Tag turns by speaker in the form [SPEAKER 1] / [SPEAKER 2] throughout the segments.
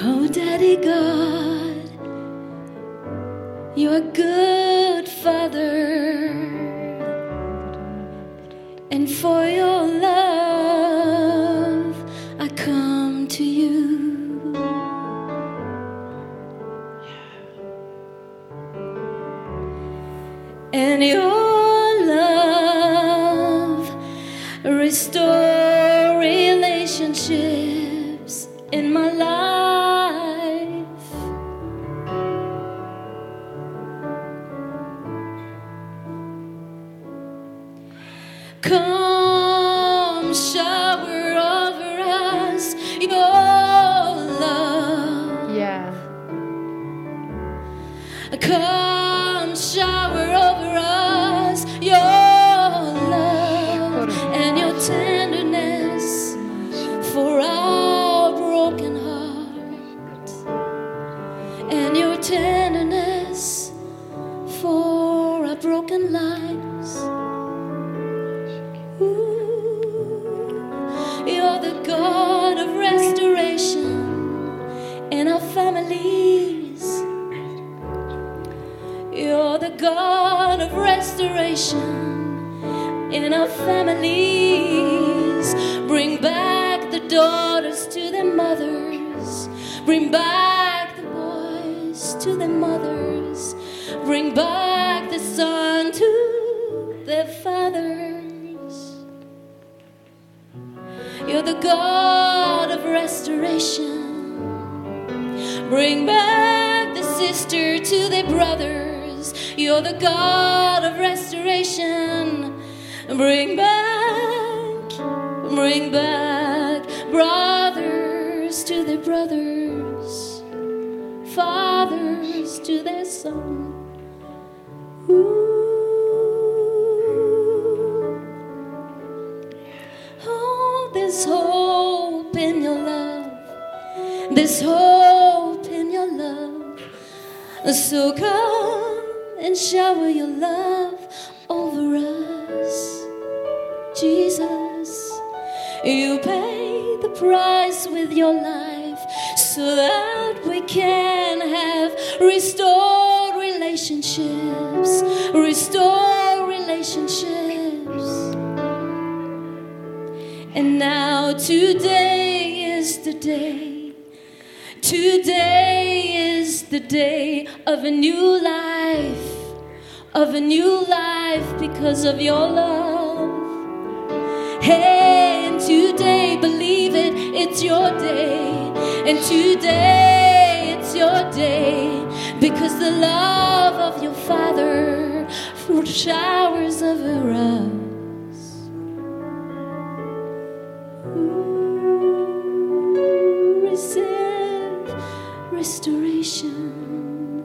[SPEAKER 1] holy Oh, God, you're a good Father, and for your love I come to you. And your love restore relationships in my life. Come shower over us your love.
[SPEAKER 2] Yeah.
[SPEAKER 1] Come shower over us your love and your tenderness for our broken heart and your tenderness for our broken lives. Ooh, you're the God of restoration in our families. You're the God of restoration in our families. Bring back the daughters to their mothers. Bring back the boys to their mothers. Bring back the son to their fathers. You're the God of restoration. Bring back the sister to the brothers. You're the God of restoration. Bring back, bring back brothers to their brothers, fathers to their sons. Ooh. Oh, there's hope in your love this hope in your love. So come and shower your love over us, Jesus. You pay the price with your life so that we can have restored relationships, restored relationships. And now today is the day. Today is the day of a new life. Of a new life because of your love. Hey, and today believe it, it's your day. And today it's your day because the love of your Father showers over us. Ooh, receive restoration.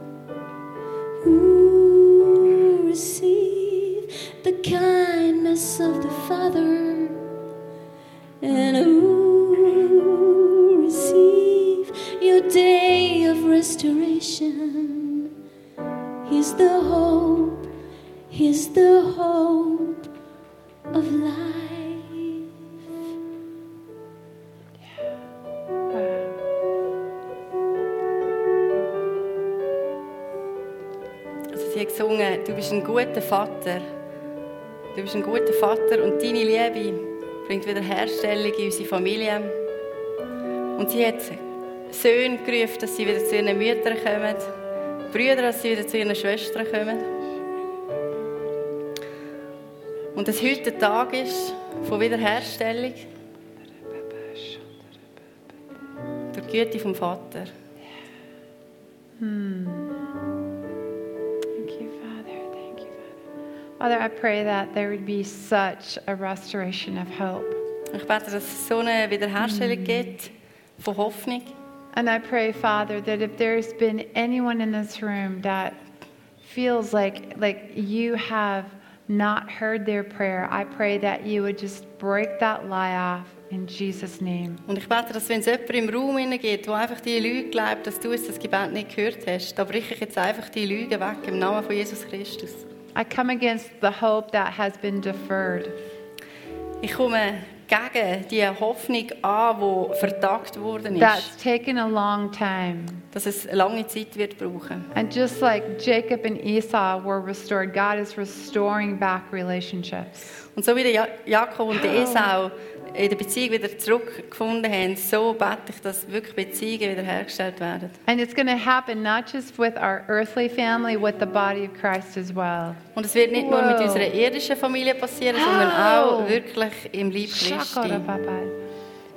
[SPEAKER 1] Ooh, receive the kindness of the Father. And ooh, receive your day of restoration. He's the hope, He's the hope of life.
[SPEAKER 3] Also sie hat gesungen, du bist ein guter Vater. Du bist ein guter Vater und deine Liebe bringt wieder Herstellung in unsere Familie. Und sie hat Söhne gerufen, dass sie wieder zu ihren Müttern kommen. Brüder, dass sie wieder zu ihren Schwestern kommen. Und dass heute der Tag ist von Wiederherstellung. Durch die Güte vom Vater.
[SPEAKER 2] Thank you, Father. Thank you, Father. Father, I pray that there would be such a restoration of hope.
[SPEAKER 3] Ich bete, dass es so eine Wiederherstellung gibt von Hoffnung.
[SPEAKER 2] And I pray, Father, that if there's been anyone in this room that feels like like you have not heard their prayer, I pray that you would just break that lie off in Jesus' name.
[SPEAKER 3] Und ich bete, dass wenn es jemand im Raum hinein gibt, der einfach die Lüge glaubt, dass du es das Gebet nicht gehört hast, da breche ich jetzt einfach die Lüge weg im Namen von Jesus Christus.
[SPEAKER 2] I come against the hope that has been deferred.
[SPEAKER 3] Ich komme gegen die Hoffnung an, die vertagt worden ist.
[SPEAKER 2] That's taken a long time.
[SPEAKER 3] Dass es lange Zeit wird brauchen.
[SPEAKER 2] And just like Jacob and Esau were restored, God is restoring back relationships.
[SPEAKER 3] Und so wie der Ja- Jakob und der Esau in der Beziehung wieder zurückgefunden haben, so bete ich, dass wirklich Beziehungen wiederhergestellt werden.
[SPEAKER 2] And it's going to happen not just with our earthly family, with the body of Christ as well.
[SPEAKER 3] Und es wird nicht nur mit
[SPEAKER 2] Wow.
[SPEAKER 3] unserer irdischen Familie passieren, sondern
[SPEAKER 2] Wow.
[SPEAKER 3] auch wirklich im Leib Christi.
[SPEAKER 2] Shakarababai.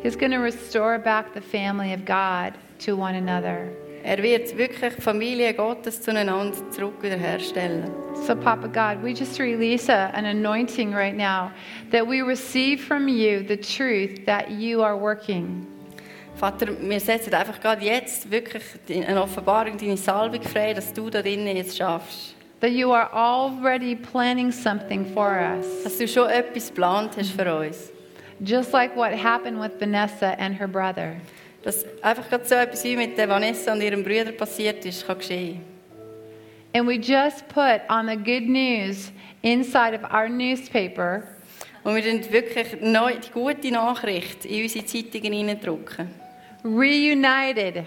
[SPEAKER 2] He's going to restore back the family of God to one another.
[SPEAKER 3] Er wird wirklich die Familie Gottes zueinander zurück wiederherstellen.
[SPEAKER 2] So, Papa God, we just release a, an anointing right now that we receive from you the truth that you are working.
[SPEAKER 3] Vater, wir setzen einfach gerade jetzt wirklich eine Offenbarung, deine Salbung frei, dass du da drinnen jetzt schaffst.
[SPEAKER 2] That you are already planning something for us,
[SPEAKER 3] Dass du schon etwas geplant hast für uns.
[SPEAKER 2] just like what happened with Vanessa and her brother.
[SPEAKER 3] Dass einfach gerade so etwas wie mit der Vanessa und ihrem Bruder passiert ist, kann geschehen.
[SPEAKER 2] And we just put on the good news inside of our newspaper
[SPEAKER 3] Und wir tun wirklich neu die gute Nachricht in unsere Zeitungen hineindrucken.
[SPEAKER 2] reunited,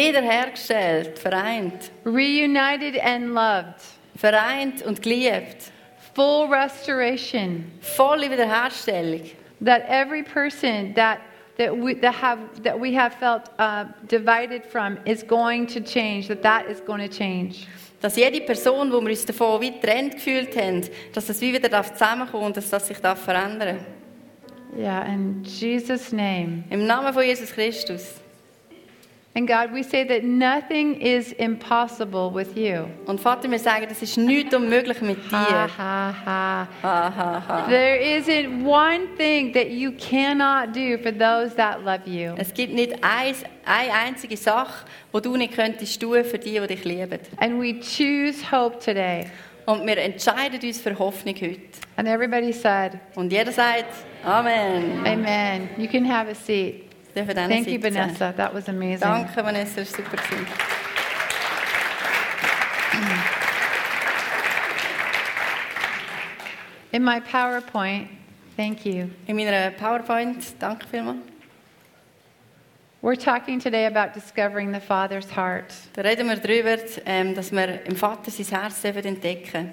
[SPEAKER 3] Wiederhergestellt, vereint.
[SPEAKER 2] reunited and loved,
[SPEAKER 3] Vereint und geliebt.
[SPEAKER 2] full restoration.
[SPEAKER 3] Volle Wiederherstellung.
[SPEAKER 2] that every person that that we that have that we have felt uh, divided from is going to change. That that is going to change.
[SPEAKER 3] Dass jede Person, wo wir uns davon weit getrennt gefühlt haben, dass das wie wieder darf zusammenkommen und dass das sich darf verändern darf.
[SPEAKER 2] Yeah, in Jesus' name.
[SPEAKER 3] Im Namen von Jesus Christus.
[SPEAKER 2] And God, we say that nothing is impossible with you.
[SPEAKER 3] Und Vater, wir sagen, das ist nichts unmöglich mit
[SPEAKER 2] Ha
[SPEAKER 3] dir.
[SPEAKER 2] ha
[SPEAKER 3] Ha, ha,
[SPEAKER 2] ha.
[SPEAKER 3] ha.
[SPEAKER 2] There isn't one thing that you cannot do for those that love you.
[SPEAKER 3] Es gibt nicht eins, eine einzige Sache, die du nicht könntest tun für die, die dich lieben.
[SPEAKER 2] And we choose hope today.
[SPEAKER 3] Und wir entscheiden uns für Hoffnung heute.
[SPEAKER 2] And everybody said,
[SPEAKER 3] Und jeder sagt Amen.
[SPEAKER 2] Amen. You can have a seat.
[SPEAKER 3] Wir dürfen an der
[SPEAKER 2] Thank you,
[SPEAKER 3] Seite sein.
[SPEAKER 2] Vanessa. That was amazing.
[SPEAKER 3] Danke, Vanessa, es war super. gewesen.
[SPEAKER 2] In my PowerPoint, thank you.
[SPEAKER 3] In meiner PowerPoint, danke vielmals,
[SPEAKER 2] We're talking today about discovering the Father's heart.
[SPEAKER 3] da reden wir darüber, ähm, dass wir im Vater sein Herz dürfen entdecken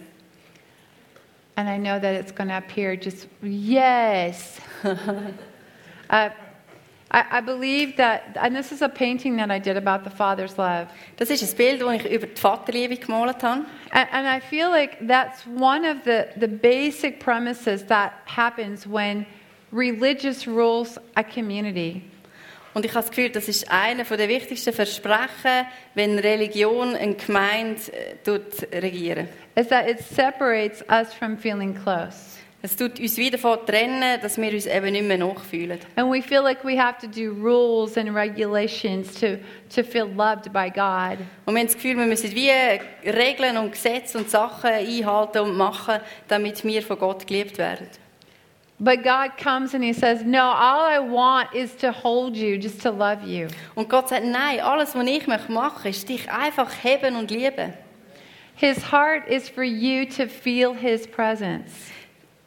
[SPEAKER 2] And I know that it's going to appear just, yes. uh, I, I believe that, and this is a painting that I did about the Father's love.
[SPEAKER 3] Das ist ein Bild, das ich über die Vaterliebe gemalt habe.
[SPEAKER 2] And, and I feel like that's one of the, the basic premises that happens when religious rules a community.
[SPEAKER 3] Und ich habe das Gefühl, das ist einer der wichtigsten Versprechen, wenn Religion eine Gemeinde äh, tut regieren.
[SPEAKER 2] Is that it separates us from feeling close.
[SPEAKER 3] Es tut uns wieder davon trennen, dass wir uns eben nicht mehr nachfühlen.
[SPEAKER 2] And we feel like we have to do rules and regulations to, to feel loved by God.
[SPEAKER 3] Und wir haben das Gefühl, wir müssen wie äh, Regeln und Gesetze und Sachen einhalten und machen, damit wir von Gott geliebt werden.
[SPEAKER 2] But God comes and He says, No, all I want is to hold you, just to love you.
[SPEAKER 3] Und Gott sagt, nein, alles, was ich machen möchte, ist dich einfach heben und lieben.
[SPEAKER 2] His heart is for you to feel His presence.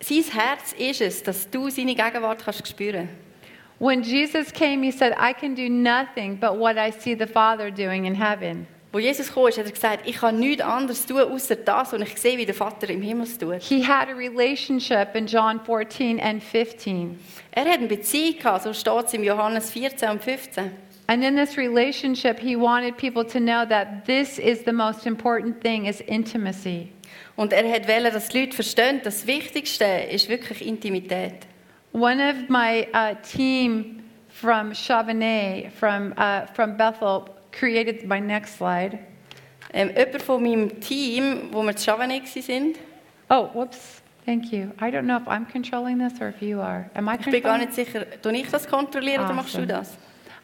[SPEAKER 3] Sein Herz ist es, dass du seine Gegenwart kannst spüren
[SPEAKER 2] When Jesus came, He said, I can do nothing but what I see the Father doing in heaven.
[SPEAKER 3] Wo Jesus gekommen ist, hat er gesagt, ich kann nichts anderes tun, außer das, was ich sehe, wie der Vater im Himmel es tut.
[SPEAKER 2] He had a relationship in John 14 and 15.
[SPEAKER 3] Er hat eine Beziehung gehabt, so steht es im Johannes 14 und 15.
[SPEAKER 2] And in this relationship, he wanted people to know that this is the most important thing is intimacy.
[SPEAKER 3] Und er hat wollen, dass die Leute verstehen, das Wichtigste ist wirklich Intimität.
[SPEAKER 2] One of my uh, team from Chavanay, from, uh, from Bethel, created my next slide.
[SPEAKER 3] Ähm, jemand von meinem Team, wo wir zu Chavanay waren,
[SPEAKER 2] Oh, whoops. Thank you. I don't know if I'm controlling this or if you are. Am I
[SPEAKER 3] ich bin gar
[SPEAKER 2] controlling
[SPEAKER 3] nicht sicher, du ich das kontrollieren oder machst du
[SPEAKER 2] Awesome.
[SPEAKER 3] das?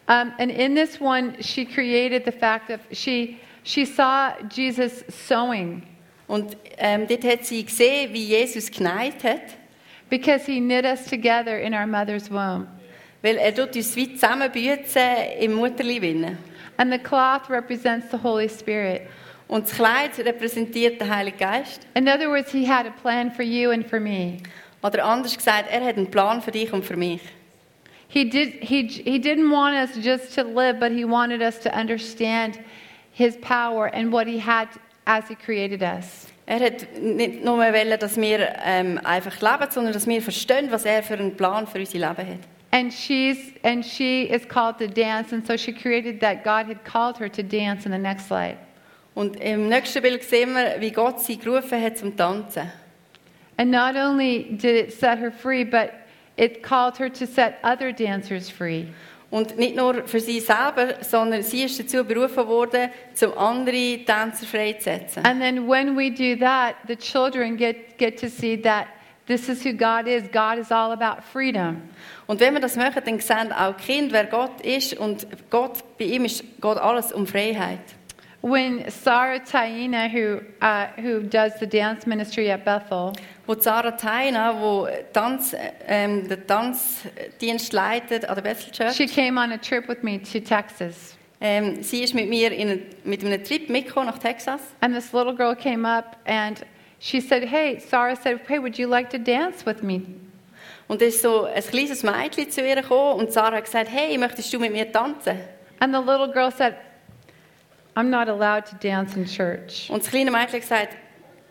[SPEAKER 2] Um, and in this one, she created the fact of she, she saw Jesus sewing
[SPEAKER 3] Und ähm, dort hat sie gesehen, wie Jesus geneigt hat,
[SPEAKER 2] because he knit us together in our mother's womb.
[SPEAKER 3] weil er tut uns wie zusammenbüzen im Mutterleib. inne.
[SPEAKER 2] And the cloth represents the Holy Spirit.
[SPEAKER 3] Und das Kleid repräsentiert den Heiligen Geist.
[SPEAKER 2] In other words, he had a plan for you and for me.
[SPEAKER 3] Oder anders gesagt, er hat einen Plan für dich und für mich.
[SPEAKER 2] He, did, he, he didn't want us just to live, but He wanted us to understand His power and what He had as He created us.
[SPEAKER 3] Er hat nicht nur wollen, dass wir ähm, einfach leben, sondern dass wir verstehen, was er für einen Plan für unser Leben hat.
[SPEAKER 2] And, she's, and she is called to dance, and so she created that God had called her to dance in the next slide.
[SPEAKER 3] Und im nächsten Bild sehen wir, wie Gott sie gerufen hat zum Tanzen.
[SPEAKER 2] And not only did it set her free, but it called her to set other dancers free.
[SPEAKER 3] Und nicht nur für sie selber, sondern sie ist dazu berufen worden, zum andere Tänzer freizusetzen.
[SPEAKER 2] And then when we do that, the children get, get to see that this is who God is. God is all about freedom.
[SPEAKER 3] Und wenn wir das machen, dann sehen auch die Kinder, wer Gott ist. Und Gott, bei ihm ist, geht alles um Freiheit.
[SPEAKER 2] When Sarah Taina, who, uh, who does the dance ministry at Bethel,
[SPEAKER 3] Wo die Sarah Taina, wo Tanz, ähm, den Tanzdienst leitet an der Bethel Church,
[SPEAKER 2] she came on a trip with me to Texas.
[SPEAKER 3] ähm, sie ist mit mir in, mit einem Trip mitgekommen nach Texas.
[SPEAKER 2] And this little girl came up and she said, Hey, Sarah said, Hey, would you like to dance with me?
[SPEAKER 3] Und es ist so ein kleines Mädchen zu ihr gekommen und Sarah hat gesagt, hey, möchtest du mit mir tanzen?
[SPEAKER 2] And the little girl said, I'm not allowed to dance in church.
[SPEAKER 3] Und das kleine Mädchen hat gesagt,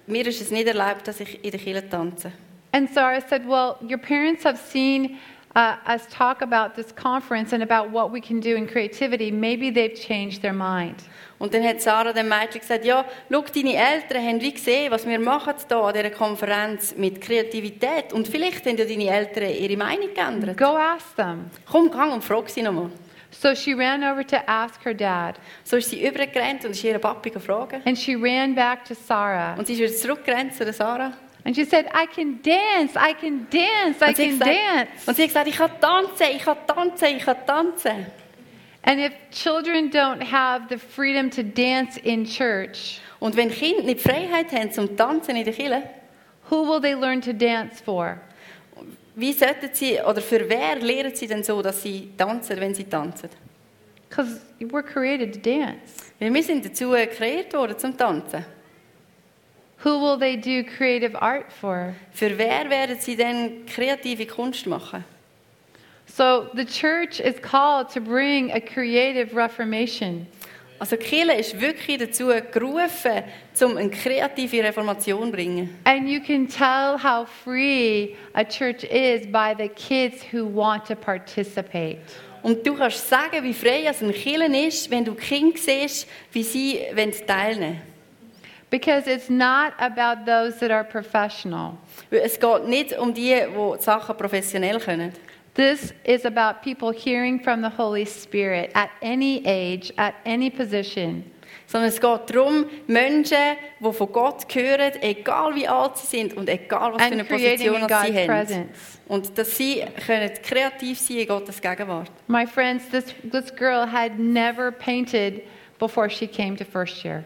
[SPEAKER 3] mir ist es nicht erlaubt, dass ich in der Kirche tanze.
[SPEAKER 2] And Sarah said, Well, your parents have seen uh, us talk about this conference and about what we can do in creativity. Maybe they've changed their mind.
[SPEAKER 3] Und dann hat Sarah dem Mädchen gesagt, ja, schau, deine Eltern haben wie gesehen, was wir machen hier an dieser Konferenz mit Kreativität. Und vielleicht haben ja deine Eltern ihre Meinung geändert.
[SPEAKER 2] Go ask them.
[SPEAKER 3] Komm, gang und frag sie nochmal.
[SPEAKER 2] So she ran over to ask her dad,
[SPEAKER 3] So ist sie übergerannt und ist ihren Papi gefragt.
[SPEAKER 2] and she ran back to Sarah.
[SPEAKER 3] Und sie ist wieder zurückgerannt zu der Sarah.
[SPEAKER 2] And she said, I can dance, I can dance, I
[SPEAKER 3] Und sie,
[SPEAKER 2] can
[SPEAKER 3] hat gesagt,
[SPEAKER 2] dance.
[SPEAKER 3] und sie hat gesagt, ich kann tanzen, ich kann tanzen, ich kann tanzen.
[SPEAKER 2] And if children don't have the freedom to dance in church,
[SPEAKER 3] Und wenn Kinder nicht die Freiheit haben zum Tanzen in der Kirche,
[SPEAKER 2] who will they learn to dance for?
[SPEAKER 3] wie sollten sie, oder für wer lernen sie denn so, dass sie tanzen, wenn sie tanzen?
[SPEAKER 2] Because we're created to dance.
[SPEAKER 3] Weil wir sind dazu kreiert worden, zum Tanzen.
[SPEAKER 2] Who will they do creative art for?
[SPEAKER 3] Für wer werden sie denn kreative Kunst machen?
[SPEAKER 2] So the church is called to bring a creative reformation.
[SPEAKER 3] Also Kirche ist wirklich dazu gerufen, um eine kreative Reformation zu bringen.
[SPEAKER 2] And you can tell how free a church is by the kids who want to participate.
[SPEAKER 3] Und du kannst sagen, wie frei es ein Kirche ist, wenn du die Kinder siehst, wie sie wollen teilnehmen
[SPEAKER 2] Because it's not about those that are professional.
[SPEAKER 3] wollen. Es geht nicht um die, die die Sachen professionell können.
[SPEAKER 2] This is about people hearing from the Holy Spirit at any age, at any position.
[SPEAKER 3] Sondern es geht darum, Menschen, die von Gott hören, egal wie alt sie sind und egal was für eine
[SPEAKER 2] And creating
[SPEAKER 3] Position
[SPEAKER 2] in
[SPEAKER 3] sie
[SPEAKER 2] God's
[SPEAKER 3] haben.
[SPEAKER 2] presence.
[SPEAKER 3] Und dass sie können kreativ sein in Gottes Gegenwart.
[SPEAKER 2] My friends, this, this girl had never painted before she came to first year.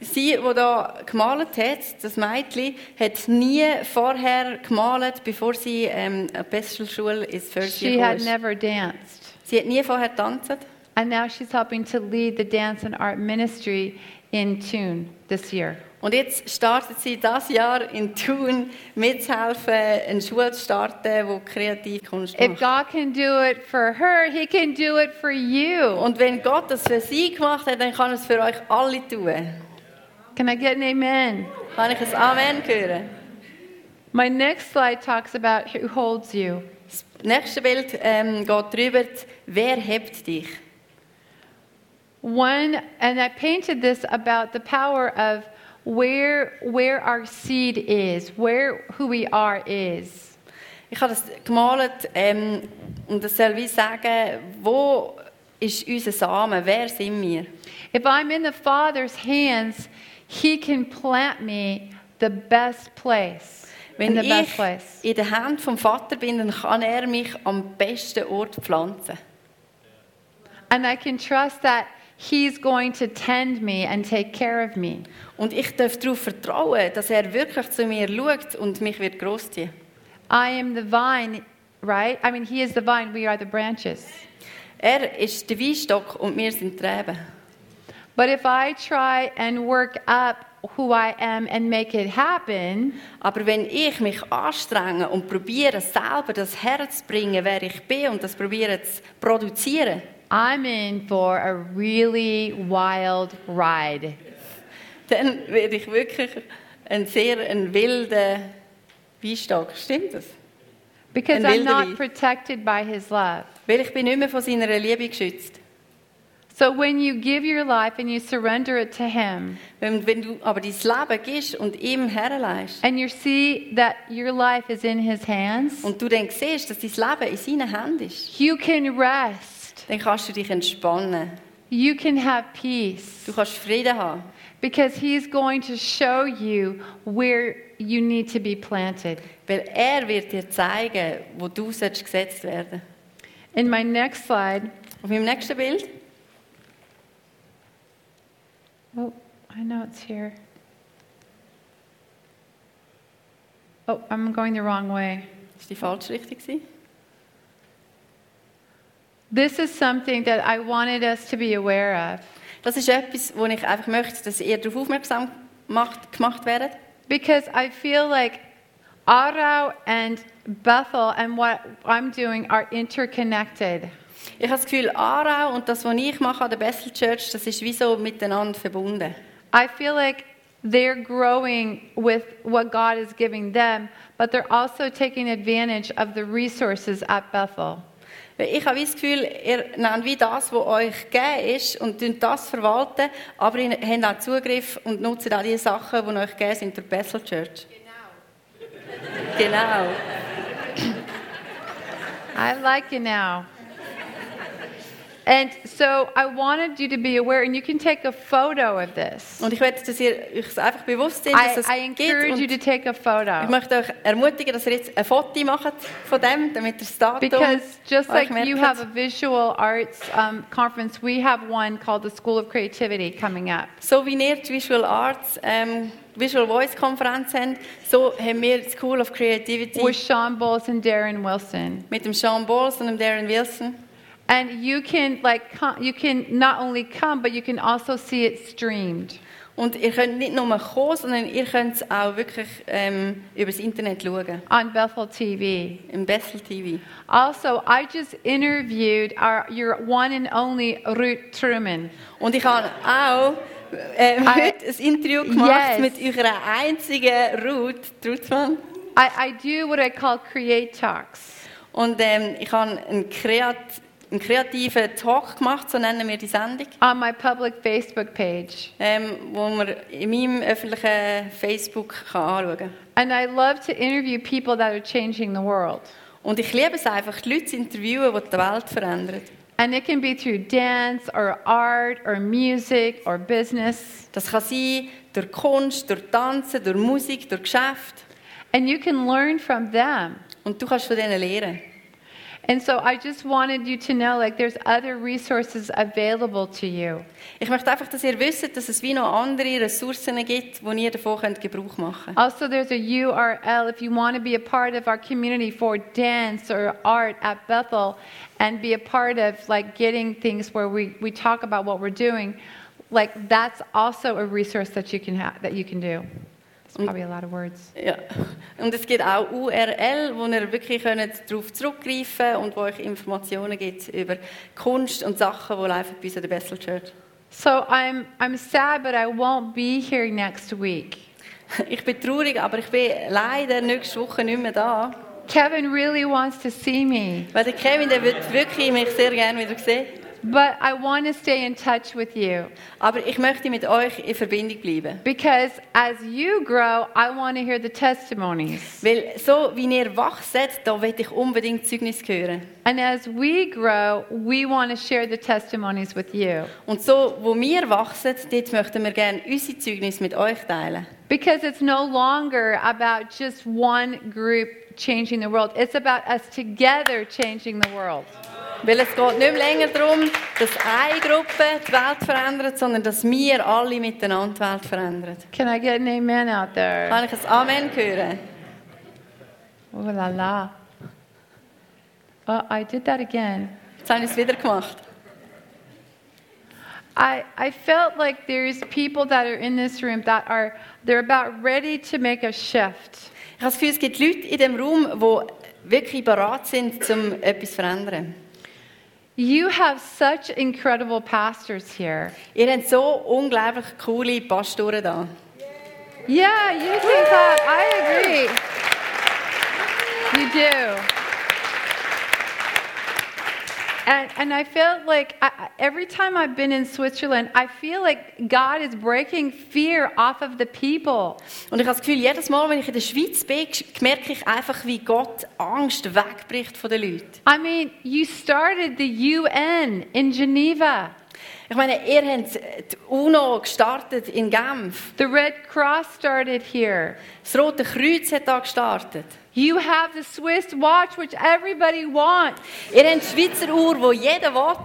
[SPEAKER 3] Sie, die da gemalt hat, das Mädchen, hat nie vorher gemalt, bevor sie ähm, an die Bessel-Schule ins First
[SPEAKER 2] She
[SPEAKER 3] Year
[SPEAKER 2] had
[SPEAKER 3] gekommen ist.
[SPEAKER 2] never danced.
[SPEAKER 3] Sie hat nie vorher getanzt.
[SPEAKER 2] And now she's helping to lead the dance and art ministry in Tune this year.
[SPEAKER 3] Und jetzt startet sie das Jahr in Thun mitzuhelfen, eine Schule zu starten, die kreativ Kunst
[SPEAKER 2] If God
[SPEAKER 3] macht.
[SPEAKER 2] can do it for her, He can do it for you.
[SPEAKER 3] Und wenn Gott das für sie gemacht hat, dann kann er es für euch alle tun.
[SPEAKER 2] Can I get an amen?
[SPEAKER 3] Kann ich ein Amen hören?
[SPEAKER 2] My next slide talks about who holds you.
[SPEAKER 3] Das nächste Bild ähm, geht darüber, wer hebt dich?
[SPEAKER 2] One, and I painted this about the power of where, where our seed is, where who we are is.
[SPEAKER 3] Ich habe das gemalt ähm, und das soll wie sagen, wo ist unser Samen? Wer sind wir?
[SPEAKER 2] If I'm in the Father's hands, He can plant me the best place, in
[SPEAKER 3] Wenn
[SPEAKER 2] the
[SPEAKER 3] ich
[SPEAKER 2] best place.
[SPEAKER 3] in der Hand vom Vater bin, dann kann er mich am besten Ort pflanzen.
[SPEAKER 2] And I can trust that He's going to tend me and take care of me.
[SPEAKER 3] Und ich darf darauf vertrauen, dass er wirklich zu mir schaut und mich wird großziehen.
[SPEAKER 2] I am the vine, right? I mean, He is the vine, we are the branches.
[SPEAKER 3] Er ist der Weinstock und wir sind die Reben.
[SPEAKER 2] But if I try and work up who I am and make it happen,
[SPEAKER 3] Aber wenn ich mich anstrenge und probiere, selber das Herz zu bringen, wer ich bin und das probiere zu produzieren,
[SPEAKER 2] I'm in for a really wild ride.
[SPEAKER 3] dann werde ich wirklich ein sehr ein wilder Weinstock. Stimmt das?
[SPEAKER 2] Because
[SPEAKER 3] And
[SPEAKER 2] I'm
[SPEAKER 3] wildebeest.
[SPEAKER 2] not protected by his love.
[SPEAKER 3] Weil ich bin nicht mehr von seiner Liebe geschützt.
[SPEAKER 2] So when you give your life and you surrender it to him,
[SPEAKER 3] Wenn, wenn du aber dein Leben gibst und ihm herleihst
[SPEAKER 2] and you see that your life is in his hands,
[SPEAKER 3] und du dann siehst, dass dein Leben in seinen Händen ist,
[SPEAKER 2] you can rest.
[SPEAKER 3] dann kannst du dich entspannen.
[SPEAKER 2] You can have peace
[SPEAKER 3] Du kannst Frieden haben.
[SPEAKER 2] because he's going to show you where you need to be planted.
[SPEAKER 3] Weil er wird dir zeigen, wo du sollst gesetzt werden
[SPEAKER 2] In my next slide,
[SPEAKER 3] Auf meinem nächsten Bild.
[SPEAKER 2] oh, I know it's here. Oh, I'm going the wrong way.
[SPEAKER 3] Ist die falsche Richtung? gewesen?
[SPEAKER 2] This is something that I wanted us to be aware of
[SPEAKER 3] Das ist etwas, wo ich einfach möchte, dass ihr darauf aufmerksam gemacht, gemacht werdet.
[SPEAKER 2] because I feel like Arau and Bethel and what I'm doing are interconnected.
[SPEAKER 3] Ich habe das Gefühl, Aarau und das, was ich mache an der Bethel Church, das ist wie so miteinander verbunden.
[SPEAKER 2] I feel like they're growing with what God is giving them, but they're also taking advantage of the resources at Bethel.
[SPEAKER 3] Weil Ich habe wie das Gefühl, ihr nehmt wie das, was euch gegeben ist und tünt das verwalten, aber ihr habt auch Zugriff und nutzt auch die Sachen, die euch gegeben sind durch die Bethel Church. Genau. Genau.
[SPEAKER 2] I like you now. And so I wanted you to be aware, and you can take a photo of this.
[SPEAKER 3] Und ich möchte, dass ihr euch einfach bewusst seid, dass
[SPEAKER 2] I,
[SPEAKER 3] es
[SPEAKER 2] I encourage you
[SPEAKER 3] gibt.
[SPEAKER 2] to
[SPEAKER 3] Und
[SPEAKER 2] take a
[SPEAKER 3] ich
[SPEAKER 2] photo
[SPEAKER 3] möchte euch ermutigen, dass ihr jetzt ein Foto macht von dem, damit ihr das Datum
[SPEAKER 2] because just
[SPEAKER 3] euch
[SPEAKER 2] like you
[SPEAKER 3] merkt.
[SPEAKER 2] have a visual arts um, conference, we have one called the School of Creativity coming up.
[SPEAKER 3] So wie ihr die Visual Arts ähm, Visual Voice Konferenz habt, so haben wir die School of Creativity
[SPEAKER 2] with Sean Bowles and Darren Wilson.
[SPEAKER 3] mit dem Sean Bowles und dem Darren Wilson.
[SPEAKER 2] And you can like come, you can not only come, but you can also see it streamed.
[SPEAKER 3] Und ihr könnt nicht nur kommen, sondern ihr könnt es auch wirklich ähm, über das Internet schauen.
[SPEAKER 2] On Bethel TV.
[SPEAKER 3] Im Bessel TV.
[SPEAKER 2] Also, I just interviewed our, your one and only Ruth Truman.
[SPEAKER 3] Und ich habe auch ähm,
[SPEAKER 2] Ah,
[SPEAKER 3] heute ein Interview gemacht
[SPEAKER 2] yes.
[SPEAKER 3] mit eurer einzigen Ruth Trutzmann.
[SPEAKER 2] I, I do what I call create talks.
[SPEAKER 3] Und ähm, ich habe einen, kreat einen kreativen Talk gemacht, so nennen wir die Sendung,
[SPEAKER 2] On my public Facebook page.
[SPEAKER 3] ähm, wo man in meinem öffentlichen Facebook kann anschauen kann.
[SPEAKER 2] And I love to interview people that are changing the world.
[SPEAKER 3] Und ich liebe es einfach, die Leute zu interviewen, die die Welt verändern.
[SPEAKER 2] And it can be through dance or art or music or business.
[SPEAKER 3] Das kann sein durch Kunst, durch Tanzen, durch Musik, durch Geschäft.
[SPEAKER 2] And you can learn from them.
[SPEAKER 3] Und du kannst von denen lernen.
[SPEAKER 2] And so I just wanted you to know like there's other resources available to you.
[SPEAKER 3] Ich möchte einfach, dass ihr wisst, dass es wie noch andere Ressourcen gibt, die ihr davon könnt Gebrauch machen könnt.
[SPEAKER 2] Also, there's a URL if you want to be a part of our community for dance or art at Bethel and be a part of like getting things where we, we talk about what we're doing. Like that's also a resource that you can have that you can do. It's probably a lot of words.
[SPEAKER 3] Ja. Und es gibt auch URL, wo ihr wirklich könnt darauf zurückgreifen könnt und wo euch Informationen gibt über Kunst und Sachen, die laufen bei uns an der Bessel Church.
[SPEAKER 2] So I'm I'm sad, but I won't be here next week.
[SPEAKER 3] Ich bin traurig, aber ich bin leider nächste Woche nicht mehr da.
[SPEAKER 2] Kevin really wants to see me,
[SPEAKER 3] Weil der Kevin, der würde wirklich mich sehr gerne wieder sehen.
[SPEAKER 2] but I want to stay in touch with you.
[SPEAKER 3] Aber ich möchte mit euch in Verbindung bleiben.
[SPEAKER 2] Because as you grow, I want to hear the testimonies.
[SPEAKER 3] Weil so wie ihr wachset, da will ich unbedingt Zeugnis hören.
[SPEAKER 2] And as we grow, we want to share the testimonies with you.
[SPEAKER 3] Und so, wo wir wachsen, dort möchten wir gerne unsere Zeugnis mit euch teilen.
[SPEAKER 2] Because it's no longer about just one group changing the world, it's about us together changing the world.
[SPEAKER 3] Weil es geht nicht mehr länger darum, dass eine Gruppe die Welt verändert, sondern dass wir alle miteinander die Welt verändern.
[SPEAKER 2] Can I get an amen out there?
[SPEAKER 3] Kann ich ein Amen hören?
[SPEAKER 2] Ooh la la. Oh, I did that again.
[SPEAKER 3] Jetzt habe ich es wieder gemacht.
[SPEAKER 2] I, I felt like there's people that are in this room that are they're about ready to make a shift.
[SPEAKER 3] Ich habe das Gefühl, es gibt Leute in diesem Raum, die wirklich bereit sind, um etwas zu verändern.
[SPEAKER 2] You have such incredible pastors here.
[SPEAKER 3] Ihr habt so unglaublich coole Pastoren da.
[SPEAKER 2] Yeah, you think that. I agree. You do. And, and I felt like I, I- every time I've been in Switzerland, I feel like God is breaking fear off of the people.
[SPEAKER 3] Und ich habe das Gefühl, jedes Mal, wenn ich in der Schweiz bin, merke ich einfach, wie Gott Angst wegbricht von den Leuten.
[SPEAKER 2] I mean, you started the UN in Geneva,
[SPEAKER 3] Ich meine, ihr habt die UNO gestartet in Genf.
[SPEAKER 2] the Red Cross started here.
[SPEAKER 3] Das Rote Kreuz hat da gestartet.
[SPEAKER 2] You have the Swiss watch, which everybody wants.
[SPEAKER 3] Ihr habt die Schweizer Uhr, die jeder will.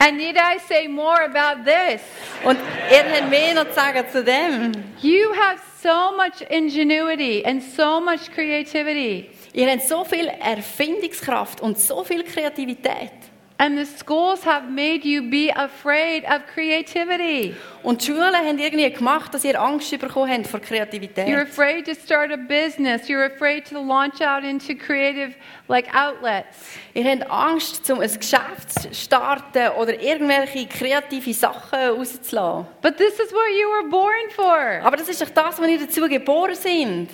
[SPEAKER 2] And need I say more about this?
[SPEAKER 3] Und ihr habt mehr noch zu sagen zu dem.
[SPEAKER 2] You have so much ingenuity and so much creativity.
[SPEAKER 3] Ihr habt so viel Erfindungskraft und so viel Kreativität.
[SPEAKER 2] And the schools have made you be afraid of creativity.
[SPEAKER 3] Und die Schulen haben irgendwie gemacht, dass ihr Angst bekommen habt vor Kreativität.
[SPEAKER 2] You're afraid to start a business. You're afraid to launch out into creative like outlets.
[SPEAKER 3] Ihr habt Angst, um ein Geschäft zu starten oder irgendwelche kreative Sachen rauszulassen.
[SPEAKER 2] But this is what you were born for.
[SPEAKER 3] Aber das ist doch das, was ihr dazu geboren sind.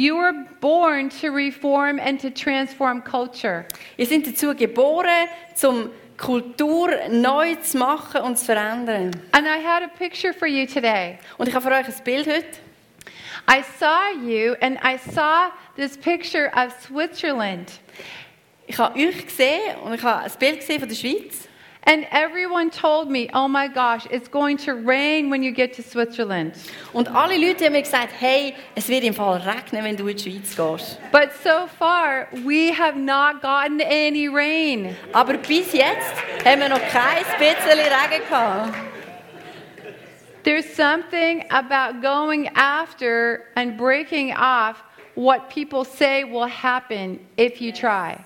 [SPEAKER 2] You were born to reform and to transform culture.
[SPEAKER 3] Ihr seid dazu geboren, um Kultur neu zu machen und zu verändern.
[SPEAKER 2] And I had a picture for you today.
[SPEAKER 3] Und ich habe für euch ein Bild heute.
[SPEAKER 2] I saw you and I saw this picture of Switzerland.
[SPEAKER 3] Ich habe euch gesehen und ich habe ein Bild gesehen von der Schweiz.
[SPEAKER 2] And everyone told me, oh my gosh, it's going to rain when you get to Switzerland.
[SPEAKER 3] Und alle Leute haben mir gesagt, hey, es wird im Fall regnen, wenn du in die Schweiz gehst.
[SPEAKER 2] But so far, we have not gotten any rain.
[SPEAKER 3] Aber bis jetzt haben wir noch kein bisschen Regen gehabt.
[SPEAKER 2] There's something about going after and breaking off what people say will happen if you try.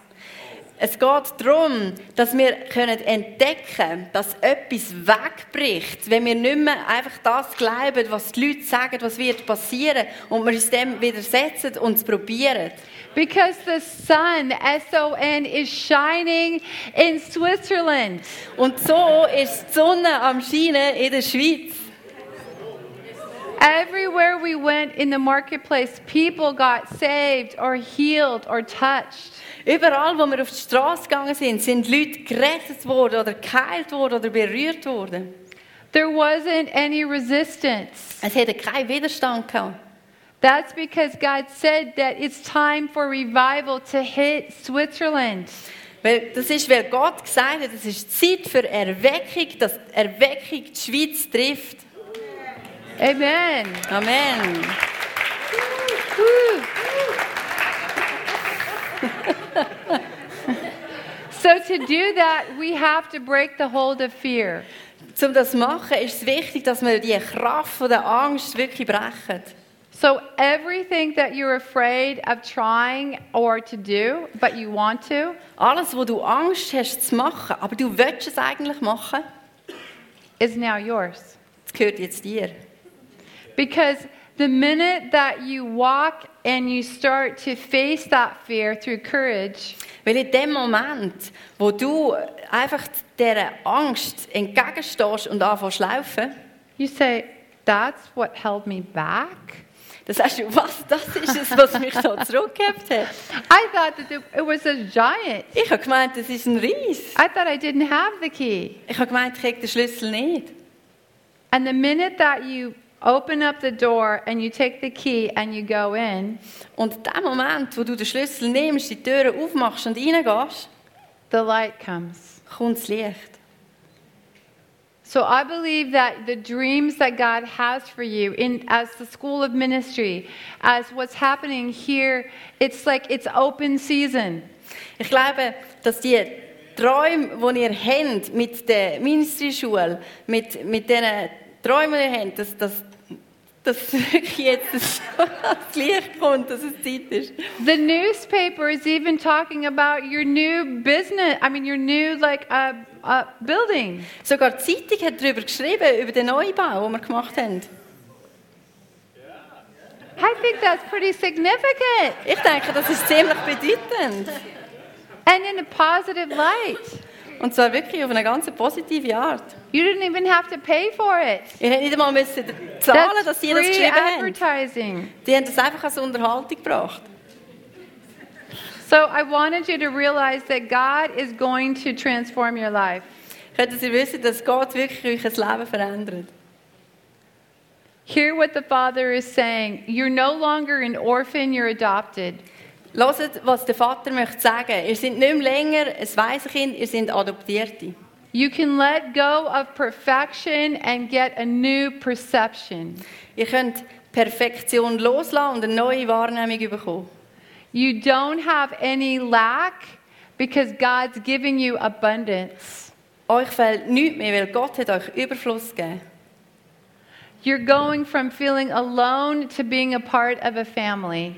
[SPEAKER 3] Es geht darum, dass wir können entdecken dass etwas wegbricht, wenn wir nicht mehr einfach das glauben, was die Leute sagen, was wird passieren und wir uns dem widersetzen und es probieren.
[SPEAKER 2] Because the sun, S O N, is shining in Switzerland.
[SPEAKER 3] Und so ist die Sonne am Scheinen in der Schweiz.
[SPEAKER 2] Everywhere we went in the marketplace, people got saved or healed or touched.
[SPEAKER 3] Überall, wo wir auf die Straße gegangen sind, sind Leute gerettet worden oder geheilt worden oder berührt worden.
[SPEAKER 2] There wasn't any resistance.
[SPEAKER 3] Es hatte keinen Widerstand gehabt.
[SPEAKER 2] That's because God said that it's time for revival to hit Switzerland.
[SPEAKER 3] Weil das ist, weil Gott gesagt hat, es ist Zeit für Erweckung, dass die Erweckung die Schweiz trifft.
[SPEAKER 2] Amen.
[SPEAKER 3] Amen.
[SPEAKER 2] Woo. so, to do that, we have to break the hold of fear.
[SPEAKER 3] Um das zu machen, ist es wichtig, dass wir die Kraft von der Angst wirklich brechen.
[SPEAKER 2] So, everything that you're afraid of trying or to do, but you want to,
[SPEAKER 3] Alles, wo du Angst hast zu machen, aber du willst es eigentlich machen,
[SPEAKER 2] is now yours.
[SPEAKER 3] das gehört jetzt dir.
[SPEAKER 2] Because the minute that you walk and you start to face that fear through courage,
[SPEAKER 3] Weil in dem Moment, wo du einfach dieser Angst entgegenstehst und anfängst zu laufen,
[SPEAKER 2] you say, That's what held me back.
[SPEAKER 3] dann sagst du, was, das ist es, was mich so zurückgehabt hat.
[SPEAKER 2] I thought that it- it was a giant.
[SPEAKER 3] Ich habe gemeint, das ist ein Ries.
[SPEAKER 2] I thought I didn't have the key.
[SPEAKER 3] Ich habe gemeint, ich habe den Schlüssel nicht.
[SPEAKER 2] And the minute that you open up the door and you take the key and you go in,
[SPEAKER 3] Und in dem Moment, wo du den Schlüssel nimmst, die Türe aufmachst und reingehst,
[SPEAKER 2] the light comes.
[SPEAKER 3] kommt das Licht.
[SPEAKER 2] So I believe that the dreams that God has for you in as the school of ministry, as what's happening here, it's like it's open season.
[SPEAKER 3] Ich glaube, dass die Träume, die ihr habt mit der Ministry-Schule, mit, mit den Träumen, die ihr habt, dass, dass dass wirklich jetzt das das Licht kommt, dass es Zeit ist.
[SPEAKER 2] The newspaper is even talking about your new business. I mean, your new like uh, uh, building.
[SPEAKER 3] Sogar die Zeitung hat darüber geschrieben, über den Neubau, den wir gemacht haben.
[SPEAKER 2] I think that's pretty significant
[SPEAKER 3] Ich denke, das ist ziemlich bedeutend.
[SPEAKER 2] and in a positive light.
[SPEAKER 3] Und zwar wirklich auf eine ganz positive Art.
[SPEAKER 2] You didn't even have to pay for it.
[SPEAKER 3] Ihr hättet nicht einmal müssen zahlen, dass
[SPEAKER 2] That's
[SPEAKER 3] sie das
[SPEAKER 2] free
[SPEAKER 3] geschrieben haben.
[SPEAKER 2] advertising.
[SPEAKER 3] Die haben das einfach als Unterhaltung gebracht.
[SPEAKER 2] So I wanted you to realize that God is going to transform your life.
[SPEAKER 3] Könnten Sie wissen, dass Gott wirklich euch ein Leben verändert.
[SPEAKER 2] Hear what the Father is saying. You're no longer an orphan, you're adopted.
[SPEAKER 3] Hört, was der Vater möchte sagen. Ihr seid nicht mehr länger ein Waisenkind, ihr seid Adoptierte.
[SPEAKER 2] You can let go of perfection and get a new perception.
[SPEAKER 3] Ihr könnt Perfektion loslassen und eine neue Wahrnehmung bekommen.
[SPEAKER 2] You don't have any lack because God's giving you abundance.
[SPEAKER 3] Euch fehlt nichts mehr, weil Gott hat euch Überfluss gegeben.
[SPEAKER 2] You're going from feeling alone to being a part of a family.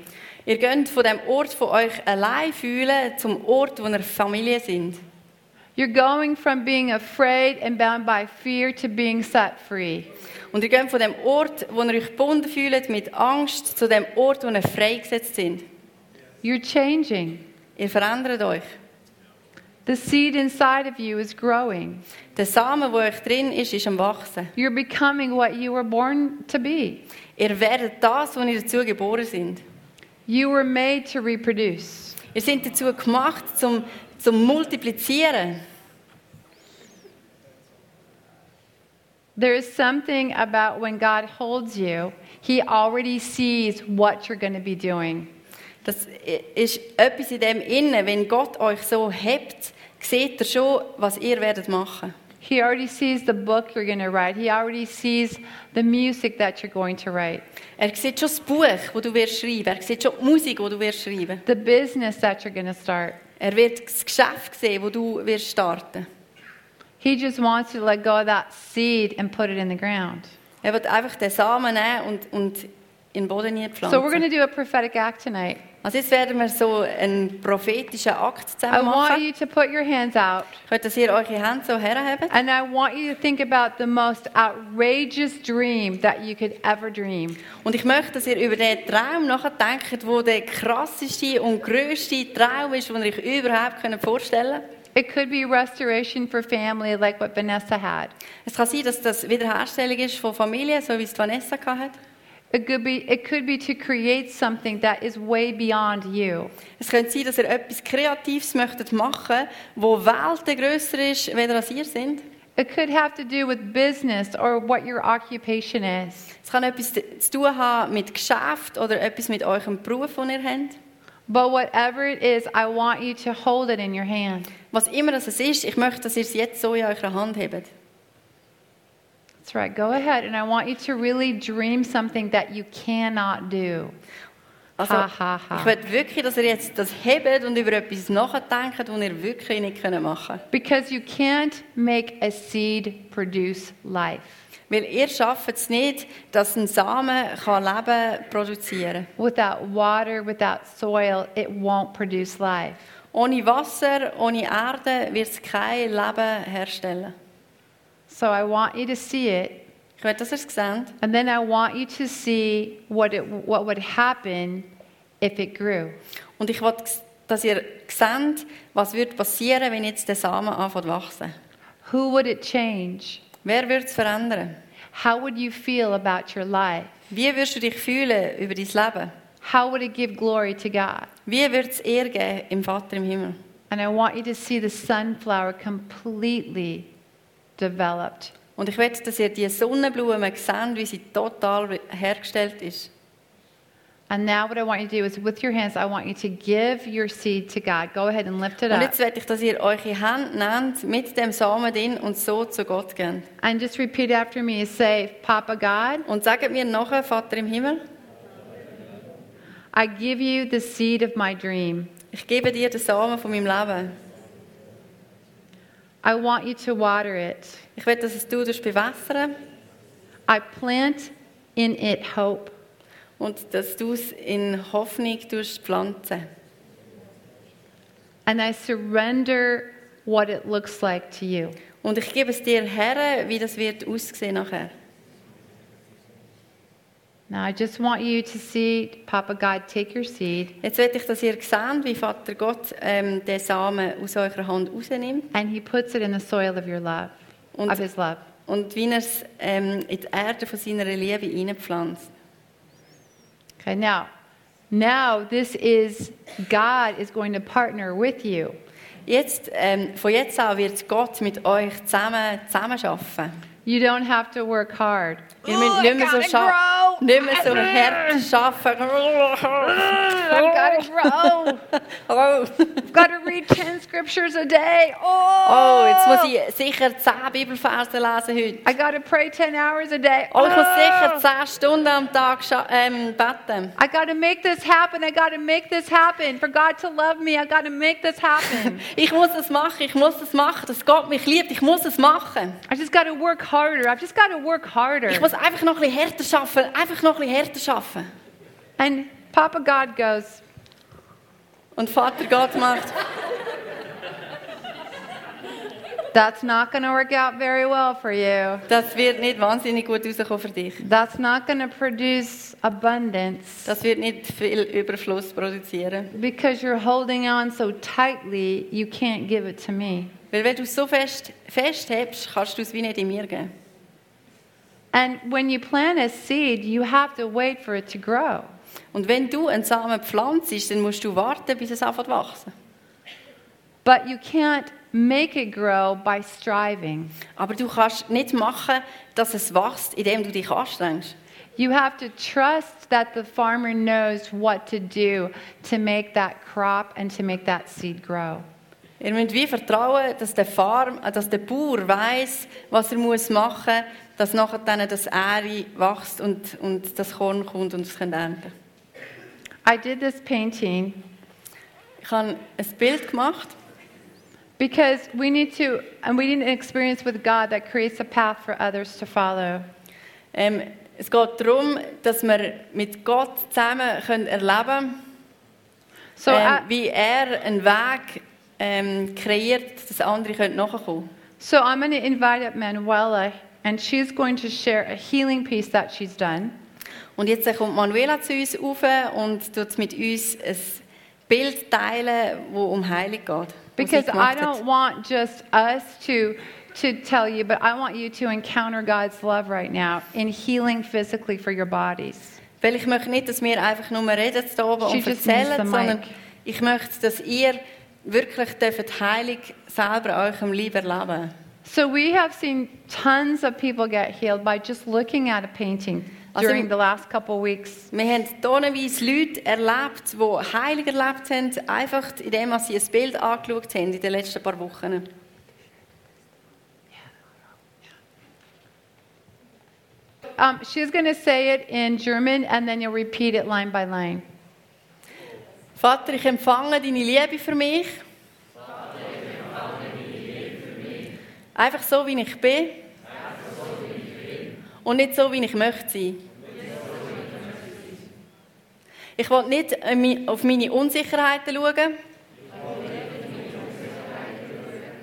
[SPEAKER 3] Ihr könnt von dem Ort von euch allein fühlen zum Ort, wo ihr Familie sind.
[SPEAKER 2] You're going from being afraid and bound by fear to being set free.
[SPEAKER 3] Und ihr geht von dem Ort, wo ihr euch gebunden fühlt, mit Angst, zu dem Ort, wo ihr freigesetzt sind.
[SPEAKER 2] You're changing.
[SPEAKER 3] Ihr verändert euch.
[SPEAKER 2] The seed inside of you is growing.
[SPEAKER 3] Der Samen, wo euch drin ist, ist am Wachsen.
[SPEAKER 2] You're becoming what you were born to be.
[SPEAKER 3] Ihr werdet das, wo ihr dazu geboren sind.
[SPEAKER 2] You were made to reproduce.
[SPEAKER 3] Ihr seid dazu gemacht, zum, zum Multiplizieren.
[SPEAKER 2] There is something about when God holds you, He already sees what you're going to be doing.
[SPEAKER 3] Das i- ist etwas in dem Innen. Wenn Gott euch so hebt, seht ihr schon, was ihr werdet machen.
[SPEAKER 2] He already sees the book you're going to write. He already sees the music that you're going to write,
[SPEAKER 3] Er sieht schon das Buch, das du wirst schreiben. Er sieht schon die Musik, die du wirst schreiben.
[SPEAKER 2] the business that you're going to start.
[SPEAKER 3] Er wird das Geschäft sehen, das du wirst starten.
[SPEAKER 2] He just wants you to let go of that seed and put it in the ground.
[SPEAKER 3] Er wird einfach den Samen nehmen und, und in den Boden hineinpflanzen.
[SPEAKER 2] So we're going to do a prophetic act tonight.
[SPEAKER 3] also jetzt werden wir so einen prophetischen Akt
[SPEAKER 2] I
[SPEAKER 3] zusammen
[SPEAKER 2] want
[SPEAKER 3] machen.
[SPEAKER 2] you to put your hands out
[SPEAKER 3] Könnt dass ihr eure Hände so herhabt.
[SPEAKER 2] and I want you to think about the most outrageous dream that you could ever dream.
[SPEAKER 3] Und ich möchte, dass ihr über den Traum nachdenkt, wo der krasseste und grösste Traum ist, den ihr euch überhaupt könnt vorstellen könnt.
[SPEAKER 2] It could be restoration for family like what Vanessa had.
[SPEAKER 3] Es kann sein, dass das Wiederherstellung ist von Familie, so wie es Vanessa hatte.
[SPEAKER 2] It could be it could be to create something that is way beyond you.
[SPEAKER 3] Es könnte sein, dass ihr etwas Kreatives möchtet machen möchtet, das Welten grösser ist, weder als ihr sind.
[SPEAKER 2] It could have to do with business or what your occupation is.
[SPEAKER 3] Es kann etwas zu tun haben mit Geschäft oder etwas mit eurem Beruf, den ihr habt.
[SPEAKER 2] But whatever it is, I want you to hold it in your hand.
[SPEAKER 3] Was immer das es ist, ich möchte, dass ihr es jetzt so in eurer Hand habt.
[SPEAKER 2] That's right. Go ahead and I want you to really dream something that you cannot do.
[SPEAKER 3] Also,
[SPEAKER 2] Ha, ha, ha.
[SPEAKER 3] ich will wirklich, dass ihr jetzt das hebt und über etwas nachdenkt, das ihr wirklich nicht machen könnt.
[SPEAKER 2] Because you can't make a seed produce life
[SPEAKER 3] Weil ihr schafft es nicht, dass ein Samen kann Leben produzieren kann.
[SPEAKER 2] without water, without soil, it won't produce life.
[SPEAKER 3] Ohne Wasser, ohne Erde wird es kein Leben herstellen.
[SPEAKER 2] So I want you to see it,
[SPEAKER 3] Ich will, dass ihr es seht.
[SPEAKER 2] and then I want you to see what, it, what would happen if it grew.
[SPEAKER 3] Und ich will, dass ihr seht, was wird passieren, wenn jetzt der Samen anfängt zu wachsen.
[SPEAKER 2] Who would it change?
[SPEAKER 3] Wer würde es verändern?
[SPEAKER 2] How would you feel about your life?
[SPEAKER 3] Wie wirst du dich fühlen über dein Leben?
[SPEAKER 2] How would it give glory to God?
[SPEAKER 3] Wie wird es Ehre geben im Vater im Himmel?
[SPEAKER 2] And I want you to see the sunflower completely developed.
[SPEAKER 3] Und ich möchte, dass ihr die Sonnenblume seht, wie sie total hergestellt ist.
[SPEAKER 2] And now, what I want you to do is with your hands, I want you to give your seed to God. Go ahead and lift it
[SPEAKER 3] Und
[SPEAKER 2] up.
[SPEAKER 3] jetzt möchte ich, dass ihr eure Hände nehmt mit dem Samen drin und so zu Gott geht.
[SPEAKER 2] And just repeat after me say, Papa God,
[SPEAKER 3] Und sagt mir nachher, Vater im Himmel,
[SPEAKER 2] I give you the seed of my dream.
[SPEAKER 3] ich gebe dir den Samen von meinem Leben.
[SPEAKER 2] I want you to water it.
[SPEAKER 3] Ich will, dass es du bewässern
[SPEAKER 2] I plant in it hope.
[SPEAKER 3] und dass du es in Hoffnung tust pflanzen.
[SPEAKER 2] And I surrender what it looks like to you.
[SPEAKER 3] Und ich gebe es dir her, wie das wird aussehen nachher.
[SPEAKER 2] Now I just want you to see Papa God take your seed
[SPEAKER 3] Jetzt will ich, dass ihr seht, wie Vater Gott ähm, den Samen aus eurer Hand rausnimmt
[SPEAKER 2] and he puts it in the soil of your love,
[SPEAKER 3] Und-
[SPEAKER 2] of his love.
[SPEAKER 3] und wie er es ähm, in die Erde von seiner Liebe hineinpflanzt.
[SPEAKER 2] Okay, now, now this is God is going to partner with you.
[SPEAKER 3] Jetzt, ähm, von jetzt an wird Gott mit euch zusammen zusammenarbeiten.
[SPEAKER 2] You don't have to work hard.
[SPEAKER 3] Ihr müsst nicht mehr so, scha- nicht mehr so hart arbeiten.
[SPEAKER 2] I've got to grow.
[SPEAKER 3] Oh.
[SPEAKER 2] I've got to read 10 scriptures a day. Oh,
[SPEAKER 3] oh, jetzt muss ich sicher 10 Bibelverse lesen heute.
[SPEAKER 2] I got to pray 10 hours a day.
[SPEAKER 3] Oh, ich muss sicher 10 Stunden am Tag scha- ähm, beten.
[SPEAKER 2] I got to make this happen. I got to make this happen. For God to love me, I got to make this happen.
[SPEAKER 3] Ich muss es machen, ich muss es machen, dass Gott mich liebt, ich muss es machen.
[SPEAKER 2] I just got to work harder. I've just got to work harder.
[SPEAKER 3] Ich muss einfach noch ein bisschen härter arbeiten, einfach noch ein bisschen härter arbeiten.
[SPEAKER 2] And Papa God goes,
[SPEAKER 3] Und Vater Gott macht,
[SPEAKER 2] That's not going to work out very well for you.
[SPEAKER 3] das wird nicht wahnsinnig gut rauskommen für dich.
[SPEAKER 2] That's not going to produce abundance
[SPEAKER 3] Das wird nicht viel Überfluss produzieren.
[SPEAKER 2] because you're holding on so tightly, you can't give it to me.
[SPEAKER 3] Weil wenn du es so fest, festhebst, kannst du es wie nicht in mir geben.
[SPEAKER 2] And when you plant a seed, you have to wait for it to grow.
[SPEAKER 3] Und wenn du einen Samen pflanzt, dann musst du warten, bis es anfängt zu wachsen.
[SPEAKER 2] But you can't make it grow by striving.
[SPEAKER 3] Aber du kannst nicht machen, dass es wächst, indem du dich anstrengst.
[SPEAKER 2] You have to trust that the farmer knows what to do to make that crop and to make that seed grow.
[SPEAKER 3] Ihr müsst wie vertrauen, dass der Farm, äh, dass der Bauer weiß, was er muss machen muss, dass nachher dann das Ähre wächst und, und das Korn kommt und es könnt ernten.
[SPEAKER 2] I did this painting
[SPEAKER 3] Ich habe ein Bild gemacht,
[SPEAKER 2] because we need to, and we need an experience with God that creates a path for others to follow.
[SPEAKER 3] Ähm, es geht darum, dass wir mit Gott zusammen können erleben
[SPEAKER 2] So, äh,
[SPEAKER 3] ähm,
[SPEAKER 2] I,
[SPEAKER 3] wie er einen Weg ähm, kreiert, dass andere können nachkommen
[SPEAKER 2] so I'm going to invite up Manuela, and she's going to share a healing piece that she's done.
[SPEAKER 3] Und jetzt äh, kommt Manuela zu uns rauf und tut mit uns ein Bild teilen, wo um Heilung geht. was sie
[SPEAKER 2] Because I
[SPEAKER 3] gemacht hat.
[SPEAKER 2] don't want just us to to tell you, but I want you to encounter God's love right now in healing physically for your bodies.
[SPEAKER 3] Weil ich möchte nicht, dass wir einfach nur reden hier oben
[SPEAKER 2] She
[SPEAKER 3] und
[SPEAKER 2] just needs the
[SPEAKER 3] erzählen,
[SPEAKER 2] mic.
[SPEAKER 3] sondern ich möchte, dass ihr wirklich dürft Heilung selber eurem Leben erleben
[SPEAKER 2] So we have seen tons of people get healed by just looking at a painting
[SPEAKER 3] Also-
[SPEAKER 2] during the last couple weeks.
[SPEAKER 3] Wir haben tonnenweise Leute erlebt, die Heilig erlebt haben, einfach indem dass sie ein Bild angeschaut haben in den letzten paar Wochen.
[SPEAKER 2] Um, she's going to say it in German, and then you'll repeat it line by line.
[SPEAKER 3] Vater, ich empfange deine Liebe für mich. Einfach so, wie ich bin. Und nicht so, wie ich möchte sein. Ich will nicht äh, mi- auf meine Unsicherheiten schauen.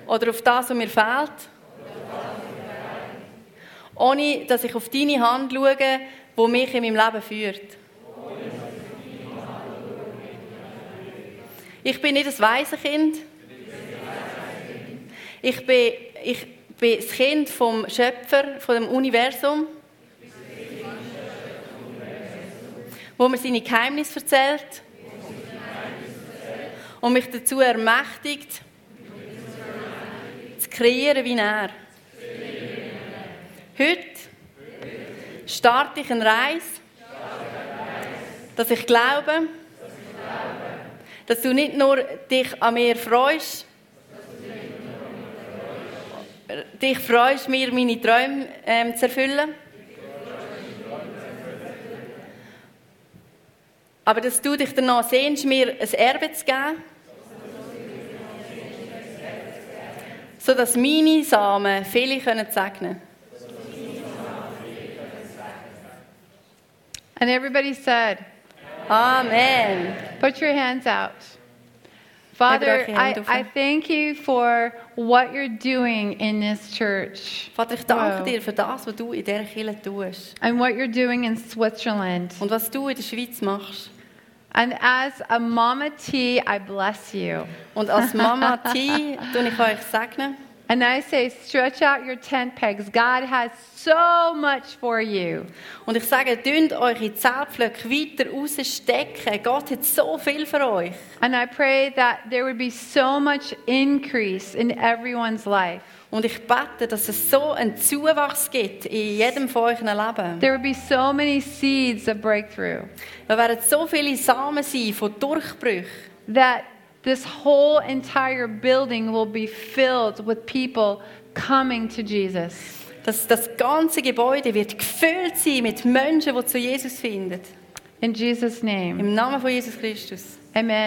[SPEAKER 3] Oder auf das, was mir fehlt. Ohne, dass ich auf deine Hand schaue, die mich in meinem Leben führt. Ich bin nicht das weise Kind. Ich bin, ich bin das Kind vom Schöpfer, von dem Universum, wo mir seine Geheimnisse erzählt und mich dazu ermächtigt, zu kreieren wie er. Heute starte ich eine Reise, dass ich glaube, dass du nicht nur dich an mir freust, dich freust, mir meine Träume ähm, zu erfüllen, aber dass du dich danach sehnst, mir ein Erbe zu geben, sodass meine Samen viele können segnen können.
[SPEAKER 2] And everybody said,
[SPEAKER 3] Amen.
[SPEAKER 2] Put your hands out.
[SPEAKER 3] Father,
[SPEAKER 2] Father, I,
[SPEAKER 3] hand
[SPEAKER 2] I
[SPEAKER 3] over.
[SPEAKER 2] thank you for what you're doing in this church
[SPEAKER 3] Vater, ich danke
[SPEAKER 2] Wow.
[SPEAKER 3] dir für das, was du in dieser Kirche tust.
[SPEAKER 2] and what you're doing in Switzerland.
[SPEAKER 3] Und was du in der Schweiz machst.
[SPEAKER 2] And as a Mama T, I bless you.
[SPEAKER 3] Und als Mama T, tun ich euch segnen.
[SPEAKER 2] And I say, stretch out your tent pegs. God has so much for you.
[SPEAKER 3] Und ich sage, dünnt eure Zeltpflöcke weiter rausstecken. Gott hat so viel für euch.
[SPEAKER 2] And I pray that there would be so much increase in everyone's life.
[SPEAKER 3] Und ich bete, dass es so einen Zuwachs gibt in jedem von euren Leben.
[SPEAKER 2] There would be so many seeds of breakthrough
[SPEAKER 3] Da werden so viele Samen sein von Durchbrüchen.
[SPEAKER 2] that this whole entire building will be filled with people coming to Jesus.
[SPEAKER 3] Das, das ganze Gebäude wird gefüllt sein mit Menschen, die zu Jesus finden.
[SPEAKER 2] In Jesus' name,
[SPEAKER 3] Im Namen von Jesus Christus.
[SPEAKER 2] amen.